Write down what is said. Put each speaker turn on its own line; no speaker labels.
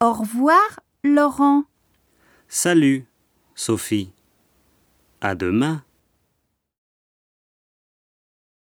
Au revoir, Laurent.
Salut, Sophie. À demain.